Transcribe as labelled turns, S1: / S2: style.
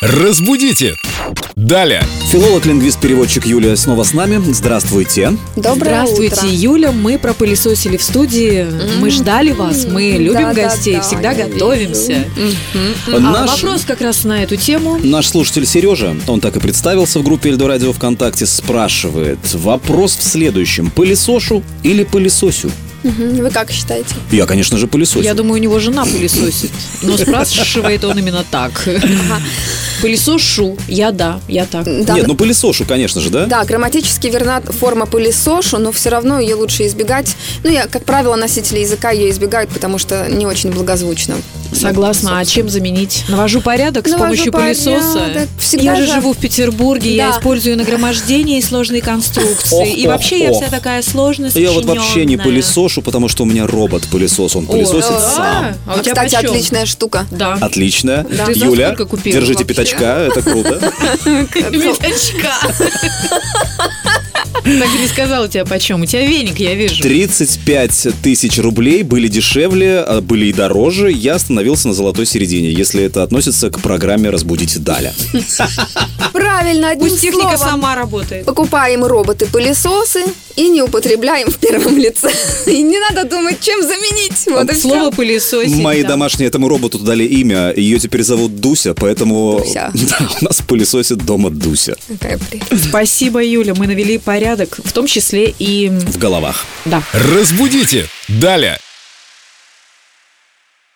S1: Разбудите! Далее!
S2: Филолог-лингвист-переводчик Юлия снова с нами. Здравствуйте.
S3: Доброе
S4: Здравствуйте,
S3: утро.
S4: Юля. Мы пропылесосили в студии. Мы ждали вас. Мы любим
S3: Да-да-да,
S4: гостей, всегда
S3: я
S4: готовимся. А
S2: Наш,
S4: вопрос как раз на эту тему.
S2: наш слушатель Сережа, он так и представился в группе Эльдо Радио ВКонтакте, спрашивает. Вопрос в следующем. Пылесошу или пылесосю?
S3: Мгм. Вы как считаете?
S2: Я, конечно же, пылесосю.
S4: Я думаю, у него жена пылесосит. Но спрашивает он именно так. Пылесошу. Я да, я так.
S3: Да,
S2: Нет, ну пылесошу, конечно же, да?
S3: да, грамматически верна форма пылесошу, но все равно ее лучше избегать. Ну, я, как правило, носители языка ее избегают, потому что не очень благозвучно.
S4: Согласна. А чем заменить? Навожу порядок с
S3: Навожу
S4: помощью пылесоса.
S3: порядок.
S4: я
S3: Всегда
S4: же
S3: же.
S4: живу в Петербурге, я
S3: Да.
S4: использую нагромождение и сложные конструкции.
S2: Ох,
S4: и
S2: ох,
S4: вообще я
S2: ох.
S4: вся такая сложная,
S2: Я вот вообще не
S4: сочинённая.
S2: пылесошу, потому что у меня робот-пылесос, он
S4: О,
S2: пылесосит
S4: да?
S2: сам.
S4: А у тебя
S3: Кстати,
S4: почем?
S3: отличная штука.
S4: Да.
S2: Отлично.
S4: Ты за
S2: Юля,
S4: сколько купила
S2: держите
S4: вообще?
S2: пятачка, это круто.
S4: Пятачка. Э, ну. Так и не сказала тебе почем. У тебя веник, я вижу.
S2: 35 тысяч рублей были дешевле, а были и дороже. Я остановился на золотой середине, если это относится к программе «Разбудите Даля».
S3: Правильно, одним
S4: А. Пусть техника
S3: словом.
S4: сама работает.
S3: Покупаем роботы-пылесосы и не употребляем в первом лице. И не надо думать, чем заменить. Вот и
S4: Слово
S3: все.
S4: пылесосить.
S2: Мои
S4: да.
S2: домашние этому роботу дали имя, ее теперь зовут Дуся, поэтому
S3: Дуся.
S2: Да, у нас пылесосит дома Дуся
S3: Какая прелесть.
S4: Спасибо, Юля. Мы навели порядок, в том числе и...
S2: в головах.
S4: Да.
S1: Разбудите! Далее!